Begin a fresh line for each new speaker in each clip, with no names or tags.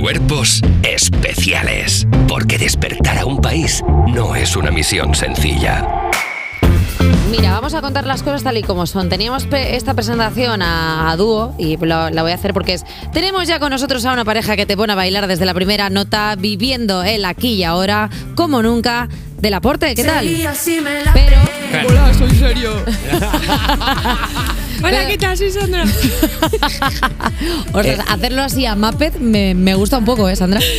Cuerpos especiales. Porque despertar a un país no es una misión sencilla.
Mira, vamos a contar las cosas tal y como son. Teníamos pe- esta presentación a, a dúo y lo- la voy a hacer porque es... Tenemos ya con nosotros a una pareja que te pone a bailar desde la primera nota, viviendo el aquí y ahora, como nunca, del aporte. ¿Qué tal? Pero...
Hola, soy serio.
Pero-
Hola, ¿qué tal? Soy Sandra.
O sea, hacerlo así a Muppet me, me gusta un poco, ¿eh, Sandra?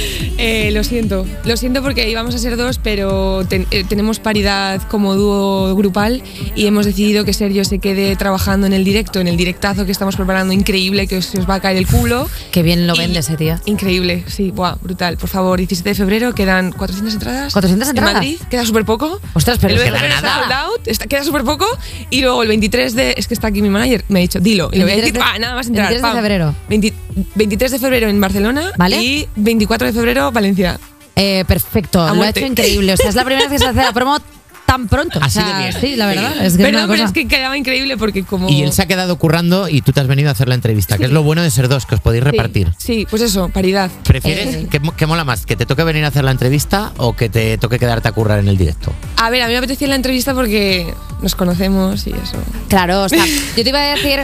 Eh, lo siento, lo siento porque íbamos a ser dos, pero ten- eh, tenemos paridad como dúo grupal y hemos decidido que Sergio se quede trabajando en el directo, en el directazo que estamos preparando, increíble, que os, se os va a caer el culo.
Qué bien lo
Y-
vende ese tía.
Increíble, sí, buah, brutal. Por favor, 17 de febrero, quedan 400 entradas.
400 entradas.
En Madrid, queda súper poco.
Ostras, pero
el
es que
23
nada.
está sold out, está- queda súper poco. Y luego el 23 de. Es que está aquí mi manager, me ha dicho, dilo. Y le voy a
23
decir,
de-
"Pa, nada más entrar.
23 de
pam".
febrero.
20 23 de febrero en Barcelona
¿Vale?
y 24 de febrero Valencia.
Eh, perfecto, lo ha
muerte.
hecho increíble. O sea, es la primera vez que se hace la promo tan pronto. O
Así de
sea,
bien.
Sí, la verdad. Es que es
Perdón,
una
pero
cosa-
es que quedaba increíble porque como.
Y él se ha quedado currando y tú te has venido a hacer la entrevista, que es lo bueno de ser dos, que os podéis
Sí,
repartir.
Sí, pues eso, paridad.
¿Prefieres
Eh.
que, mola más? ¿Que te toque venir a hacer la entrevista o que te toque quedarte a currar en el directo?
A ver, a mí me apetecía la entrevista porque nos conocemos y eso.
Claro, o sea, yo te iba a decir,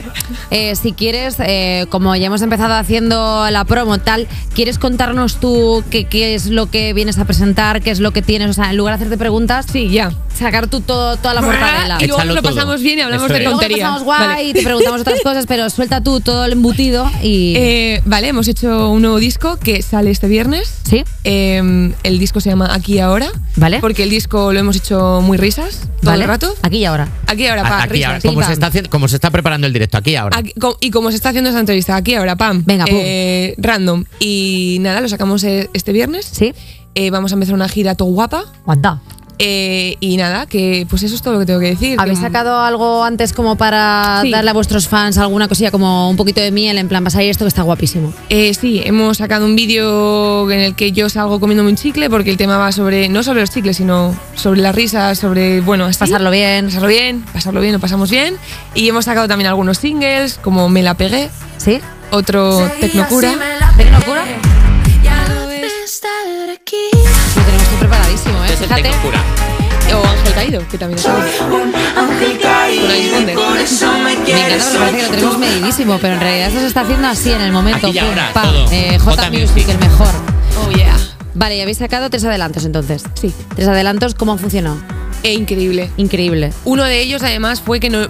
eh, si quieres, eh, como ya hemos empezado haciendo la promo tal, ¿quieres contarnos tú qué, qué es lo que vienes a presentar, qué es lo que tienes? O sea, en lugar de hacerte preguntas,
Sí, ya. Ah,
sacar tú todo, toda la mortadela.
Y luego
Échalo
nos lo
todo.
pasamos bien y hablamos
Eso
de
es.
Luego te
tonterías.
pasamos guay
Vale.
y te preguntamos otras cosas, pero suelta tú todo el embutido y...
Eh, vale, hemos hecho un nuevo disco que sale este viernes.
¿Sí?
Eh, el disco se llama Aquí y Ahora.
Vale.
Porque el disco lo hemos hecho muy risas todo
¿Vale?
el rato.
Aquí y ahora.
Aquí y ahora, pa,
aquí
risas.
ahora, como
pim,
se,
pam.
está haciendo- como se está preparando el directo, aquí ahora.
Aquí- co- y como se está haciendo esta entrevista, aquí ahora, pam.
Venga, pum.
Eh, random. Y nada, lo sacamos eh, este viernes.
¿Sí?
Eh, vamos a empezar una gira todo guapa.
Aguanta.
Eh, y nada, que pues eso es todo lo que tengo que decir.
¿Habéis
Que-
sacado algo antes como para
Sí.
darle a vuestros fans alguna cosilla como un poquito de miel? En plan, vas a ir esto que está guapísimo.
Eh, sí, hemos sacado un vídeo en el que yo salgo comiéndome un chicle porque el tema va sobre, no sobre los chicles, sino sobre las risas, sobre, bueno, así.
Pasarlo bien.
Pasarlo bien, pasarlo bien, lo pasamos bien. Y hemos sacado también algunos singles, como Me la pegué,
¿Sí?
otro Tecnocura.
¿Tecnocura? Lo tenemos todo preparadísimo, ¿eh? Fíjate.
O Ángel Caído, que también es
Me encanta porque parece que lo tenemos medidísimo, pero en realidad esto se está haciendo así en el momento.
Aquí y
Pum,
ahora,
pam.
todo.
Eh, J
J
Music,
Music.
el mejor.
Oh, yeah.
Vale, y habéis sacado tres adelantos entonces.
Sí.
Tres adelantos, ¿cómo funcionó?
E increíble.
Increíble.
Uno de ellos además fue que no,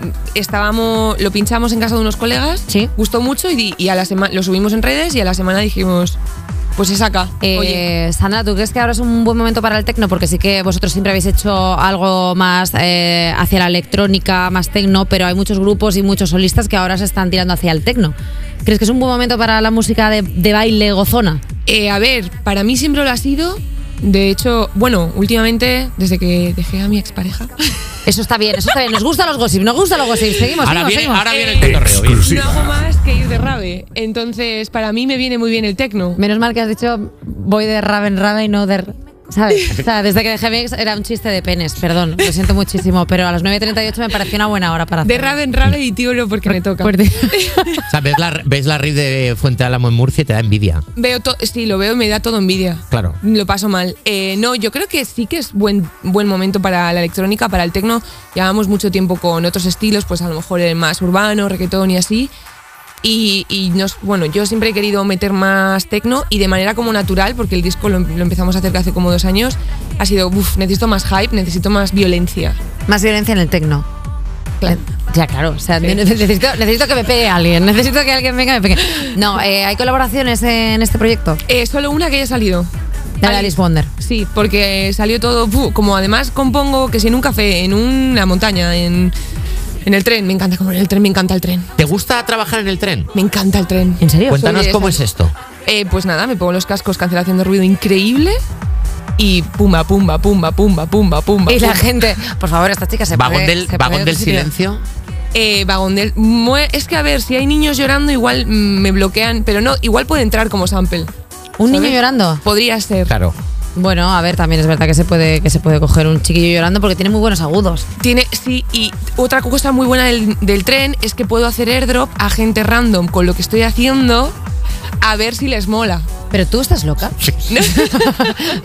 estábamos, lo pinchamos en casa de unos colegas,
Sí.
gustó mucho y, y a la semana lo subimos en redes y a la semana dijimos, pues se saca.
Eh,
Oye,
Sandra, ¿tú crees que ahora es un buen momento para el tecno? Porque sí que vosotros siempre habéis hecho algo más eh, hacia la electrónica, más tecno, pero hay muchos grupos y muchos solistas que ahora se están tirando hacia el tecno. ¿Crees que es un buen momento para la música de, de baile gozona?
eh, a ver, para mí siempre lo ha sido. De hecho, bueno, últimamente, desde que dejé a mi expareja,
Eso está bien, eso está bien. Nos gusta los gossip, nos gusta los gossip. Seguimos,
ahora,
seguimos,
viene,
seguimos.
ahora viene
Eh,
el cotorreo. bien.
no hago más que ir de rave. Entonces, para mí me viene muy bien el tecno.
Menos mal que has dicho voy de Raven Raven y no de... ¿Sabes? O sea, desde que dejé mi ex era un chiste de penes, perdón, lo siento muchísimo, pero a las 9.38 me pareció una buena hora para
De
hacerlo.
rave en rave y tío, porque me toca.
Fuerte.
O sea, ves la, ves la rave de Fuente Álamo en Murcia y te da envidia.
Veo to- sí, lo veo y me da todo envidia.
Claro.
Lo paso mal. Eh, no, yo creo que sí que es buen, buen momento para la electrónica, para el tecno. Llevamos mucho tiempo con otros estilos, pues a lo mejor el más urbano, reggaetón y así. Y, y nos, bueno, yo siempre he querido meter más tecno y de manera como natural, porque el disco lo, lo empezamos a hacer hace como dos años, ha sido, uff, necesito más hype, necesito más violencia.
Más violencia en el tecno.
Claro.
Ya, claro. O sea,
Sí.
ne- necesito, necesito que me pegue alguien. Necesito que alguien venga y me pegue. No, eh, hay colaboraciones en este proyecto.
Eh, solo una que haya salido.
Dale
Alice-
Alice Wonder.
Sí, porque salió todo, fu, como además compongo que si en un café, en una montaña, en, en el tren, me encanta como en el tren, me encanta el tren,
¿Te gusta trabajar en el tren?
me encanta el tren.
¿En serio?
Cuenta-
Cuéntanos
de
cómo es
esa.
esto.
Eh, pues nada, me pongo los cascos, cancelación de ruido increíble y pumba, pumba, pumba, pumba, pumba, pumba.
Y la
pumba.
gente, por favor, esta chica se
Vagón
puede-
del,
se
vagón
puede
del
decidir.
silencio.
Eh, vagón del- mue- Es que a ver, si hay niños llorando igual mm, me bloquean, pero no, igual puede entrar como sample.
¿Un niño
¿sabes?
llorando?
Podría ser.
Claro.
Bueno, a ver, también es verdad que se puede que se puede coger un chiquillo llorando porque tiene muy buenos agudos.
Tiene, sí, y otra cosa muy buena del, del tren es que puedo hacer airdrop a gente random con lo que estoy haciendo. a ver si les mola.
Pero tú estás loca.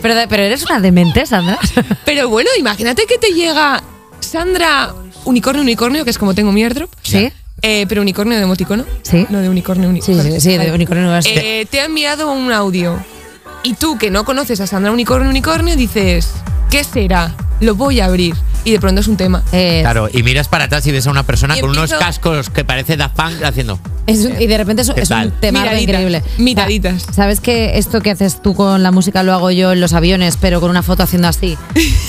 pero, de- pero eres una demente, Sandra.
Pero bueno, imagínate que te llega Sandra Unicornio Unicornio, que es como tengo mi airdrop.
Sí.
Eh, pero unicornio de emoticono.
Sí.
No de unicornio
Sí,
unicornio.
sí, sí, de
Vale.
unicornio. no es-
Eh, te ha enviado un audio. Y tú, que no conoces a Sandra Unicornio Unicornio, dices, ¿qué será? Lo voy a abrir. Y de pronto es un tema.
Eh,
Claro, y miras para atrás y ves a una persona
Y
con unos
empiezo-
cascos que parece Daft Punk haciendo.
Es un- y de repente es un,
Eh, ¿Qué
es un
tal?
tema
Miraditas,
increíble.
miraditas.
Sa- ¿Sabes que esto que haces tú con la música lo hago yo en los aviones, pero con una foto haciendo así?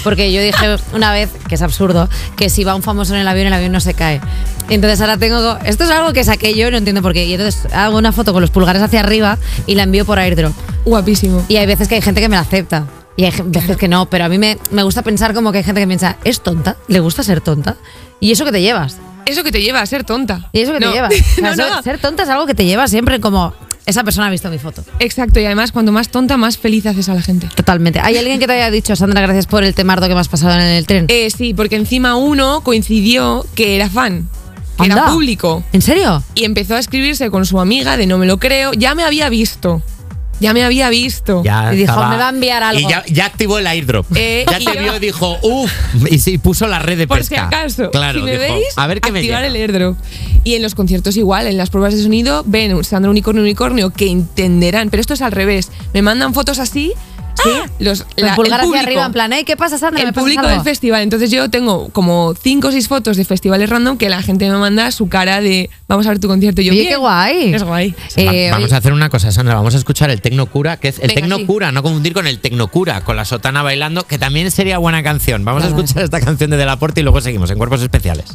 Porque yo dije una vez, que es absurdo, que si va un famoso en el avión, el avión no se cae. Entonces ahora tengo. Esto es algo que saqué yo, no entiendo por qué. Y entonces hago una foto con los pulgares hacia arriba y la envío por airdrop.
Guapísimo.
Y hay veces que hay gente que me la acepta. Y hay gen- veces que no, pero a mí me, me gusta pensar como que hay gente que piensa, es tonta, le gusta ser tonta. ¿Y eso que te llevas?
Eso que te lleva a ser tonta.
Y eso que
No.
te lleva. O sea,
no,
eso-
no.
Ser tonta es algo que te lleva siempre como esa persona ha visto mi foto.
Exacto, y además cuanto más tonta, más feliz haces a la gente.
Totalmente. ¿Hay alguien que te haya dicho, Sandra, gracias por el temardo que me has pasado en el tren?
Eh, sí, porque encima uno coincidió que era fan, que era
Anda.
público.
¿En serio?
Y empezó a escribirse con su amiga de no me lo creo. Ya me había visto. Ya me había visto.
Ya
Y dijo,
estaba-
"Me va a enviar algo".
Y ya, ya activó el airdrop.
Eh,
ya
y
te
yo-
vio y dijo, uff. Y sí, puso la red de
Por si
pesca.
acaso.
Claro,
si me
dijo,
veis,
a ver qué me Eh,
activar
llega.
el airdrop. Y en los conciertos igual, en las pruebas de sonido, ven un Sandra Unicornio Unicornio que entenderán, pero esto es al revés. Me mandan fotos así, ¡ah! los
Con
la-
el pues pulgar
el público,
hacia arriba, en plan, "Ey, ¿qué pasa, Sandra?
el
¿Me pasas
público
algo?".
del festival. Entonces yo tengo como cinco o seis fotos de festivales random que la gente me manda su cara de vamos a ver tu concierto. Y yo,
Oye,
"Bien".
qué guay.
Es guay.
Va-
Eh,
vamos
oye,
a hacer una cosa, Sandra. Vamos a escuchar el Tecnocura, que es el
Venga,
Tecnocura, no confundir con el Tecnocura, con la sotana bailando, que también sería buena canción. Vamos
Vale,
a escuchar esta canción de Delaporte y luego seguimos en Cuerpos Especiales.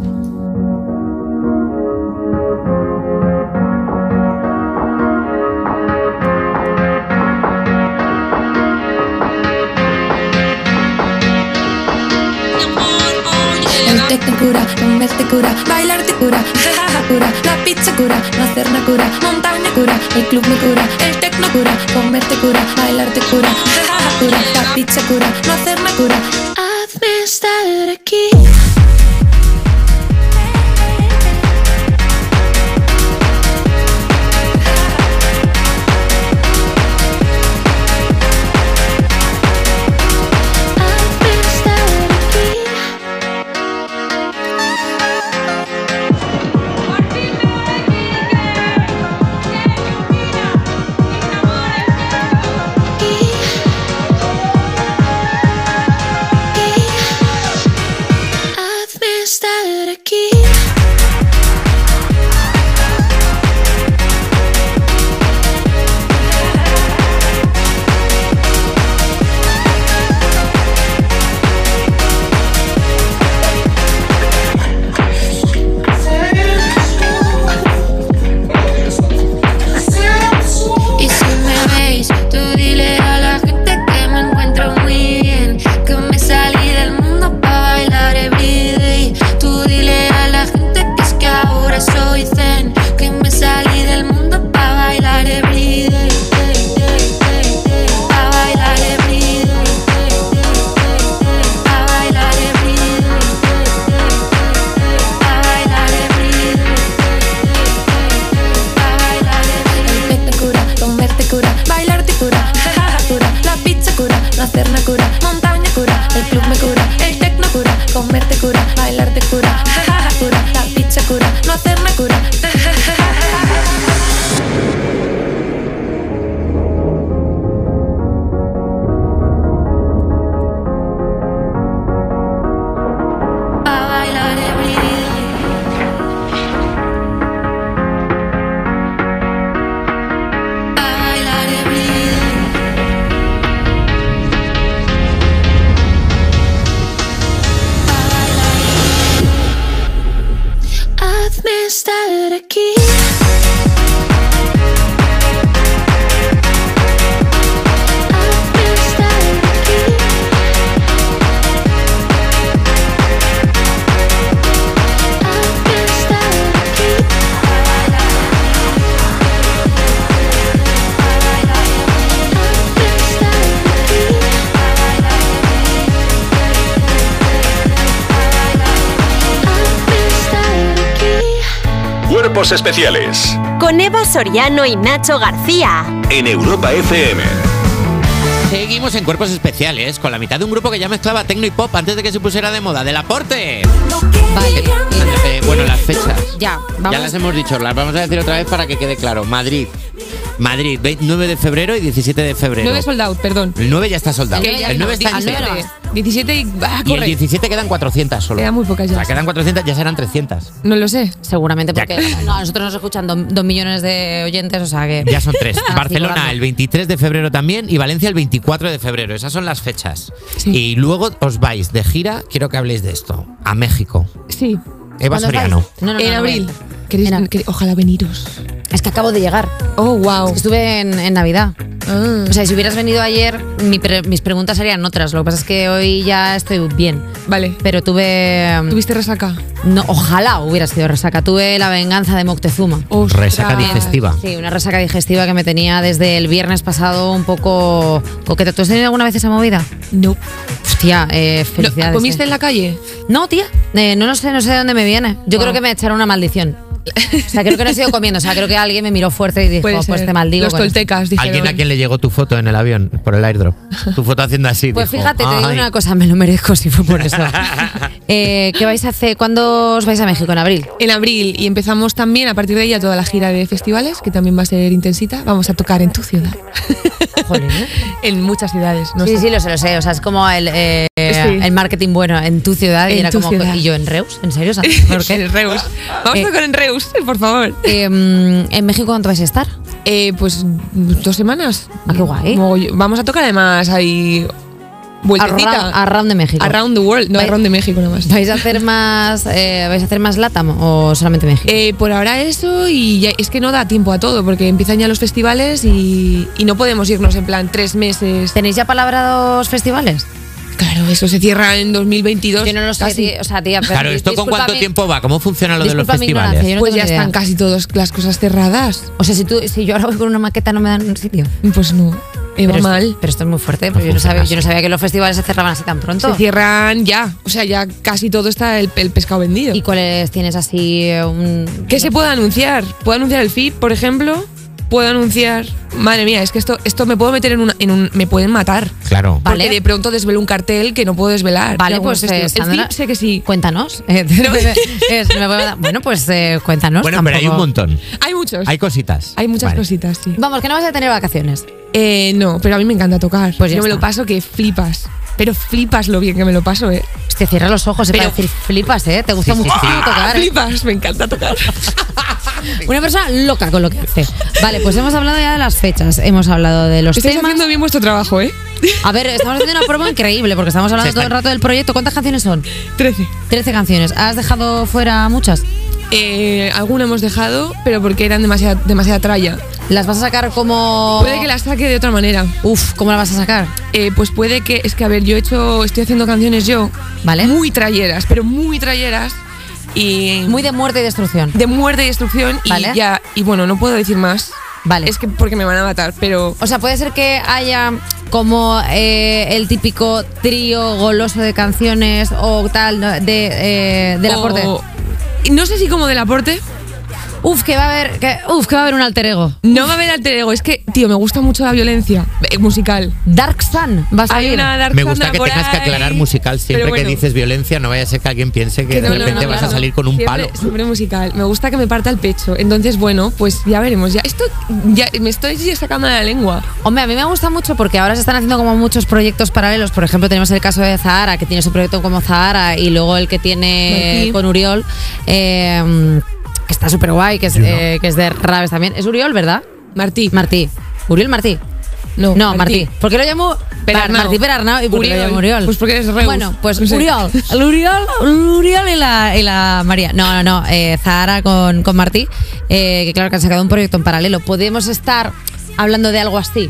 El tec te cura, comer te cura, bailar te cura, jajaja cura, la pizza cura, nacer me cura, montar me cura, el club me cura, el tecno cura, comer te cura, bailar te cura, jajaja cura, la pizza cura, nacer me cura. Hazme estar aquí. Hazme estar aquí. Hazme estar aquí. Y si me veis, tú dile a la gente que me encuentro muy bien. Que me salí del mundo para bailar everyday. Tú dile a la gente que es que ahora soy zen. Que me salí del mundo para bailar everyday. Pa' bailar everyday. Pa' bailar everyday. Pa' bailar everyday. Pa' bailar everyday.
El te cura, comerte cura, bailarte cura, jajaja cura, la pizza cura, nacer me cura, montaña cura, el club me cura, el tecno cura, comerte cura, bailarte cura, jajaja cura, la pizza cura, nacer me cura.
Pa' bailar every day. Pa' bailar every day. Pa' bailar every day. Hazme estar aquí. Hazme estar aquí. Hazme estar aquí. Hazme estar aquí. Hazme estar aquí.
Cuerpos especiales con Eva Soriano y Nacho García.
En Europa FM.
Seguimos en cuerpos especiales con la mitad de un grupo que ya mezclaba techno y pop antes de que se pusiera de moda, del aporte.
Vale.
Eh, bueno, las fechas.
Ya, vamos.
Ya las hemos dicho, las vamos a decir otra vez para que quede claro. Madrid. Madrid, 9 de febrero y 17 de febrero.
9 sold out, perdón.
El 9 ya está soldado.
El nueve ya Ah,
El 9
no,
está
al
entero.
nueve
Eh, 17 y. Ah,
Y el
corre.
17 quedan 400 solo.
Quedan muy pocas
O
ya.
sea, quedan 400, ya serán 300.
No lo sé.
Seguramente
Ya.
porque no, a nosotros nos escuchan do- dos millones de oyentes, o sea que.
Ya son tres.
Ah,
Barcelona
figurando.
el 23 de febrero también y Valencia el 24 de febrero. Esas son las fechas.
Sí.
Y luego os vais de gira, quiero que habléis de esto, a México.
Sí.
¿Cuándo
Eva
os
Soriano.
vais? No, no, no,
en
no,
abril.
no.
¿Queréis-
En ab-
que- ojalá veniros.
Es que acabo de llegar.
Oh, wow.
Estuve en, en Navidad.
Ah.
O sea, si hubieras venido ayer, mi pre- mis preguntas serían otras. Lo que pasa es que hoy ya estoy bien.
Vale.
Pero tuve.
¿Tuviste resaca?
No, ojalá hubiera sido resaca. Tuve la venganza de Moctezuma.
Ostras.
Resaca digestiva.
Sí, una resaca digestiva que me tenía desde el viernes pasado un poco coqueta. ¿Tú has tenido alguna vez esa movida?
No.
Hostia, eh,
No,
felicidades.
¿Comiste
eh.
en la calle?
No, tía, eh, no lo sé, no sé de dónde me viene. Yo
Wow.
creo que me echaron una maldición. O sea, creo que no he sido comiendo. O sea, creo que alguien me miró fuerte y dijo,
Puede
pues
ser.
te maldigo.
Los
con esto".
toltecas, dijeron.
Alguien a quien le llegó tu foto en el avión por el airdrop. Tu foto haciendo así.
Pues
dijo,
fíjate, te digo
"Ay".
una cosa, me lo merezco si fue por eso. Eh, ¿Qué vais a hacer? ¿Cuándo os vais a México? ¿En abril?
En abril y empezamos también a partir de ella toda la gira de festivales, que también va a ser intensita. Vamos a tocar en tu ciudad.
Jolín. ¿eh?
en muchas ciudades, no
sí,
sé.
sí, lo sé, lo sé. O sea, es como el, eh,
Sí.
el marketing bueno en tu ciudad. y
En
era
tu
como,
ciudad.
¿y yo en Reus? ¿En serio? O sea, ¿Por qué?
En Reus. Vamos
Eh.
a tocar en Reus, por favor.
Eh, mm, ¿En México cuánto vais a estar?
Eh, pues dos semanas.
Ah, qué guay.
Mogollo- Vamos a tocar además ahí. Vueltecita.
Around, around de México.
Around the world, no
Vai-
around de México nomás.
¿Vais a hacer más eh, vais a hacer más LATAM o solamente México?
Eh, por ahora eso y ya- es que no da tiempo a todo porque empiezan ya los festivales y, y no podemos irnos en plan tres meses.
¿Tenéis ya palabrados festivales?
Claro, eso se cierra en 2022.
Yo no lo sé,
casi.
tía, o sea, tía, pero
Claro, ¿esto con
discúlpame-
cuánto tiempo va? ¿Cómo funciona lo de los
disculpa mi ignorancia,
festivales?
yo no
Pues
tengo
ya
ni idea.
están casi todas las cosas cerradas.
O sea, si, tú, si yo ahora voy con una maqueta no me dan un sitio.
Pues no, eh, va
Pero es-
mal.
pero esto es muy fuerte, porque yo, no
funciona
sabía,
así.
yo no sabía que los festivales se cerraban así tan pronto.
Se cierran ya, o sea, ya casi todo está el, el pescado vendido.
¿Y cuáles tienes así eh, un...?
¿Qué se puede anunciar? ¿Puedo anunciar el feed, por ejemplo? ¿Puedo anunciar...? Madre mía, es que esto, esto me puedo meter en, una- en un... Me pueden matar.
Claro.
Vale.
Porque de pronto desvelo un cartel que no puedo desvelar. de
Vale,
algunos
pues eh,
festivales. el
Sandra,
feed sé que sí.
Cuéntanos. Eh, es- me voy a dar- bueno, pues eh, cuéntanos.
Bueno, pero hay un
tampoco-
montón.
Hay muchos.
Hay cositas.
Hay muchas
Vale.
cositas, sí.
Vamos, que no vas a tener vacaciones.
Eh, no, pero a mí me encanta tocar.
Pues ya
Yo me lo
está.
paso que flipas. Pero flipas lo bien que me lo paso, ¿eh?
Te cierra los ojos, se
Pero-
para decir flipas, ¿eh? Te gusta
Sí, sí,
mucho
sí.
tocar. ¿eh?
Flipas, me encanta tocar.
Una persona loca con lo que hace. Vale, pues hemos hablado ya de las fechas, hemos hablado de los
Estáis
temas.
haciendo bien vuestro trabajo, ¿eh?
A ver, estamos haciendo una promo increíble porque estamos
Se
hablando
están-
todo el rato del proyecto. ¿Cuántas canciones son?
Trece.
13 canciones. ¿Has dejado fuera muchas?
Eh, alguna hemos dejado, pero porque eran demasiada, demasiada tralla.
¿Las vas a sacar como.?
Puede que las saque de otra manera.
Uf, ¿cómo las vas a sacar?
Eh, pues puede que, es que a ver, yo he hecho, estoy haciendo canciones yo,
Vale.
Muy trayeras, pero muy trayeras y
Muy de muerte y destrucción.
de muerte y destrucción y
Vale.
ya, y bueno, no puedo decir más.
Vale.
Es que porque me van a matar, pero
O sea, puede ser que haya como eh, el típico trío goloso de canciones o tal ¿no? de, eh, del
o-
aporte.
No sé si como del aporte,
Uf, que va a haber. que- uf, que va a haber un alter ego.
no va a haber alter ego, es que tío, me gusta mucho la violencia eh, musical.
Dark Sun va a
Hay
salir.
una Dark
Me gusta
Sandra
que
por
tengas que
ahí,
aclarar musical siempre
pero bueno,
que dices violencia, no vaya a ser que alguien piense que,
que
de
no, no,
repente
no,
vas
claro.
a salir con un
Siempre-
palo.
Siempre musical. Me gusta que me parta el pecho. Entonces, bueno, pues ya veremos. Ya, esto ya me estoy ya sacando la lengua.
Hombre, a mí me gusta mucho porque ahora se están haciendo como muchos proyectos paralelos. Por ejemplo, tenemos el caso de Zahara, que tiene su proyecto como Zahara, y luego el que tiene
Martí.
con Uriol, eh, que está súper guay, que, es,
Yo no.
eh, que es de Raves también. Es Uriol, ¿verdad?
Martí.
Martí. Uriol Martí.
no,
No, Martí. ¿Por qué lo llamo
Perarnau.
Martí Perarnau y por qué lo
Uriol.
llamo Uriol?
Pues porque eres Reus.
Bueno, pues
No sé.
Uriol. El Uriol, el Uriol y la, y la María. No, no, no. eh, Zahara con, con Martí, eh, que claro que han sacado un proyecto en paralelo. Podemos estar hablando de algo así.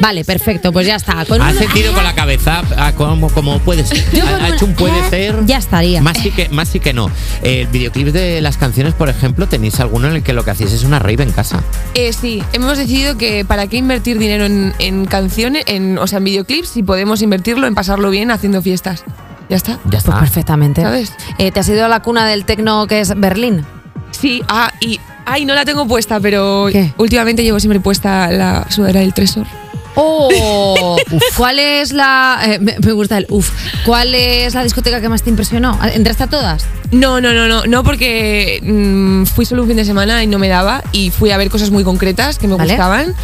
Vale, perfecto, pues ya está. Con
Ha
un-
sentido con la cabeza ah, como, como puede ser.
Yo
Ha,
con
ha
un-
hecho un puede ser.
Ya estaría.
Más sí que, más sí que no. El videoclip de las canciones, por ejemplo, tenéis alguno en el que lo que hacéis es una rave en casa.
Eh, sí, hemos decidido que para qué invertir dinero en, en canciones, en, o sea, en videoclips, si podemos invertirlo en pasarlo bien haciendo fiestas. Ya está.
Ya
Pues
está.
perfectamente.
¿Sabes?
Eh, ¿Te has ido a la cuna del tecno que es Berlín?
Sí, ah, y Ay, no la tengo puesta, pero
¿Qué?
últimamente llevo siempre puesta la sudadera del Tresor.
¡Oh! ¿Cuál es la. eh, me, me gusta el uf. ¿Cuál es la discoteca que más te impresionó? ¿Entraste a todas?
No, no, no, no, no, porque mm, fui solo un fin de semana y no me daba y fui a ver cosas muy concretas que me
Vale.
gustaban.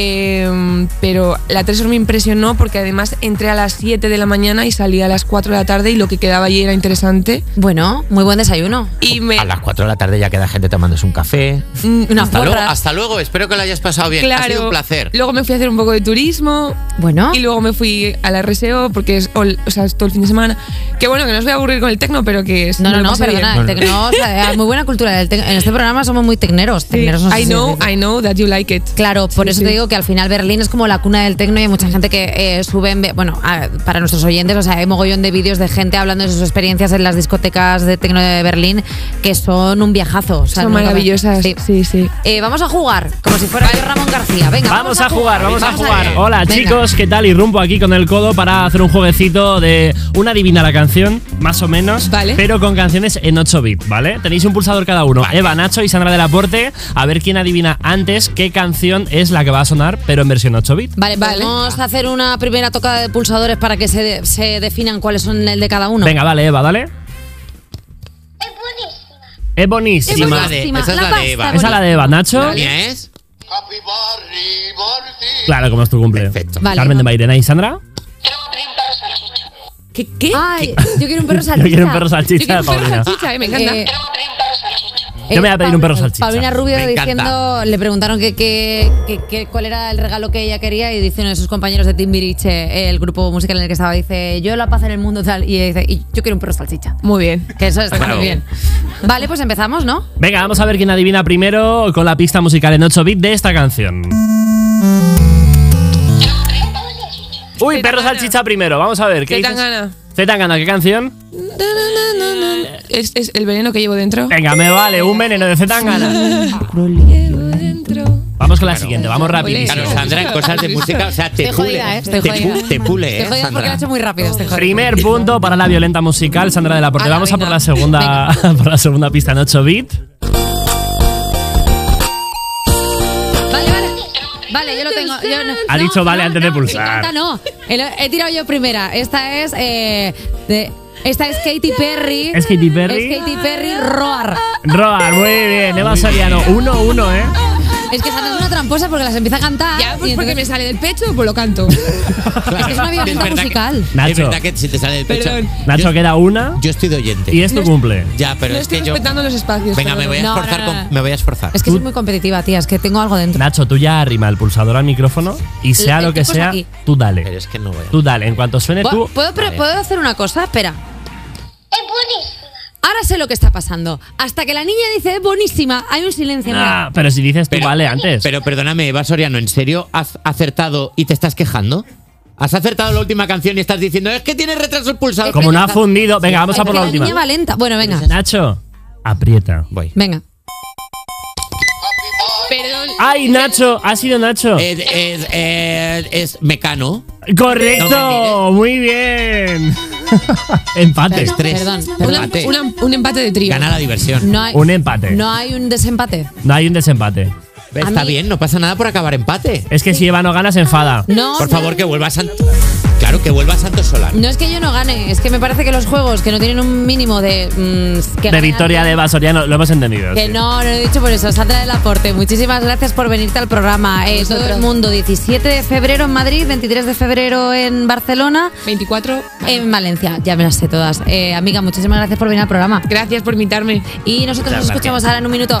Eh, pero la Tresor me impresionó porque además entré a las 7 de la mañana y salí a las 4 de la tarde y lo que quedaba allí era interesante.
Bueno, muy buen desayuno.
Oh,
Y me.
A las 4 de la tarde ya queda gente tomándose un café.
mm,
Una
Hasta luego,
porra.
hasta luego, espero que lo hayas pasado bien.
Claro.
Ha sido un placer.
Luego me fui a hacer un poco de turismo.
Bueno.
Y luego me fui a la RSEO porque es, all- o sea, es todo el fin de semana. Que bueno, que no os voy a aburrir con el tecno, pero que es.
No, no,
me lo
no,
pasé bien.
perdona, el tecno, o sea, hay muy buena cultura. del tec- en este programa somos muy tecneros.
Sí.
tecneros no sé
I
si
know,
se dice.
I know that you like it.
Claro, por
Sí,
eso
sí.
te digo que al final Berlín es como la cuna del tecno y hay mucha gente que eh, sube, en ve- bueno, a- para nuestros oyentes, o sea, hay mogollón de vídeos de gente hablando de sus experiencias en las discotecas de tecno de Berlín que son un viajazo. o sea,
Son
nunca me-
maravillosas.
Sí.
sí. sí.
Eh, vamos a jugar, como si fuera yo Ramón García. Venga,
Vamos a jugar, vamos a jugar.
ello.
Hola
Venga.
chicos, ¿qué tal? Y rumbo aquí con el codo para hacer un jueguecito de una adivina la canción, más o menos,
Vale.
pero con canciones en 8 bits, ¿vale? Tenéis un pulsador cada uno, Eva, Nacho y Sandra del Aporte, a ver quién adivina antes qué canción es la que va a sonar, pero en versión 8 bits.
Vale,
Vale.
vamos a hacer una primera tocada de pulsadores para que se, de- se definan cuáles son el de cada uno.
Venga, dale, Eva, dale. Es
Es
buenísima. Es buenísima.
buenísima,
esa es la de Eva.
pasta
Esa es la de Eva, Nacho.
¿La mía es?
Claro, como es tu cumpleaños.
Perfecto.
Vale.
Carmen de Mairena y Sandra.
¿Qué? qué?
Ay, yo quiero un perro salchicha.
Yo quiero un perro salchicha
Yo quiero un
de Paulina.
perro salchicha, eh, me encanta.
Eh,
Yo me voy a pedir un perro
Paulina-
salchicha.
Paulina Rubio
Me encanta.
diciendo, le preguntaron que, que- que- que cuál era el regalo que ella quería y dice uno de sus compañeros de Timbiriche, eh, el grupo musical en el que estaba, dice, yo la paz en el mundo tal, y ella dice, "Y yo quiero un perro salchicha.
Muy bien.
Que eso está
Bravo.
muy bien. Vale, pues empezamos, ¿no?
Venga, vamos a ver quién adivina primero con la pista musical en 8 bits de esta canción. Uy, perro
Zetangana.
salchicha primero. Vamos a ver. ¿qué dices?
Zetangana.
Zetangana, ¿qué canción?
Es, es el veneno que llevo dentro.
Venga, me vale, un veneno de Zetangana.
Llevo dentro.
Vamos con la siguiente, vamos rapidísimo.
Claro, Sandra, en cosas de música, o sea, te
Estoy
pule.
jodida, ¿eh? Estoy
te,
jodida.
pu- te pule,
Estoy jodida
¿eh,
porque lo he
Sandra?
hecho muy rápido. este estoy jodida.
Primer punto para la violenta musical, Sandra de la Porte.
Ala,
Vamos a por
venga.
la segunda, por la segunda pista en 8 bits.
Vale, vale. Vale, yo lo tengo. yo no-
Ha
no,
dicho vale
no,
antes de
no,
pulsar.
encanta, no. El- He tirado yo primera. Esta es. eh, de- esta es Katy Perry.
¿Es Katy Perry?
Es Katy Perry Roar.
Roar, muy bien, Eva Soriano. 1-1, ¿eh?
Es que Sandra es una tramposa porque las empieza a cantar.
Ya, pues
y
porque me
entonces-
sale del pecho, pues lo canto.
Es que es una violenta
verdad que-
musical.
Nacho.
Es verdad que si te sale del pecho.
Perdón.
Nacho,
yo,
queda una
yo estoy de oyente.
y es tu cumple.
Ya, pero
no
es que
estoy
yo.
respetando los espacios.
Venga,
perdón.
me voy a
No,
esforzar.
no, no.
con- me voy a esforzar.
Es que soy muy competitiva, tía. Es que tengo algo dentro.
Nacho, tú ya arrima el pulsador al micrófono y sea
El-
lo
el
que
tipo está
sea,
aquí.
tú
Pero
dale.
es que no voy a.
Tú dale, en cuanto suene Eh, tú.
¿Puedo, ¿puedo, pre-
Vale.
puedo hacer una cosa? Espera. Ahora sé lo que está pasando. Hasta que la niña dice es buenísima, hay un silencio.
Ah, pero si dices tú
Pero-
vale antes.
Pero perdóname, Eva Soriano, ¿en serio has acertado y te estás quejando? ¿Has acertado la última canción y estás diciendo es que tienes retraso pulsado?
Como no ha fundido. Venga, vamos
Ay,
a por
pero
la
la niña
última.
va lenta. Bueno, venga.
Nacho, aprieta.
Voy.
Venga.
Perdón.
¡Ay, Nacho! Ha sido Nacho.
Es, es, es- es Mecano.
¡Correcto!
no
¡Muy bien! Empate.
Tres, tres.
Perdón,
Empate.
perdón.
Una- una- un empate de trío.
Gana la diversión.
No hay,
Un empate.
No hay un desempate.
No hay un desempate.
a
Está
mí-
bien, no pasa nada por acabar empate.
Es que si Eva no gana, se enfada.
No,
Por
Oh, no,
favor, que vuelva Santos. Claro, que vuelva Santos Solar.
no es que yo no gane, es que me parece que los juegos que no tienen un mínimo de. mm, que
De
ganar-
victoria de Eva Soriano, lo hemos entendido.
Que
sí.
no, no lo he dicho por eso. Sandra del Aporte, muchísimas gracias por venirte al programa. Eh, todo el mundo, 17 de febrero en Madrid, 23 de febrero en Barcelona,
24.
en Valencia. Ya me las sé todas. Eh, amiga, muchísimas gracias por venir al programa.
Gracias por invitarme.
Y nosotros nos escuchamos ahora en un minuto.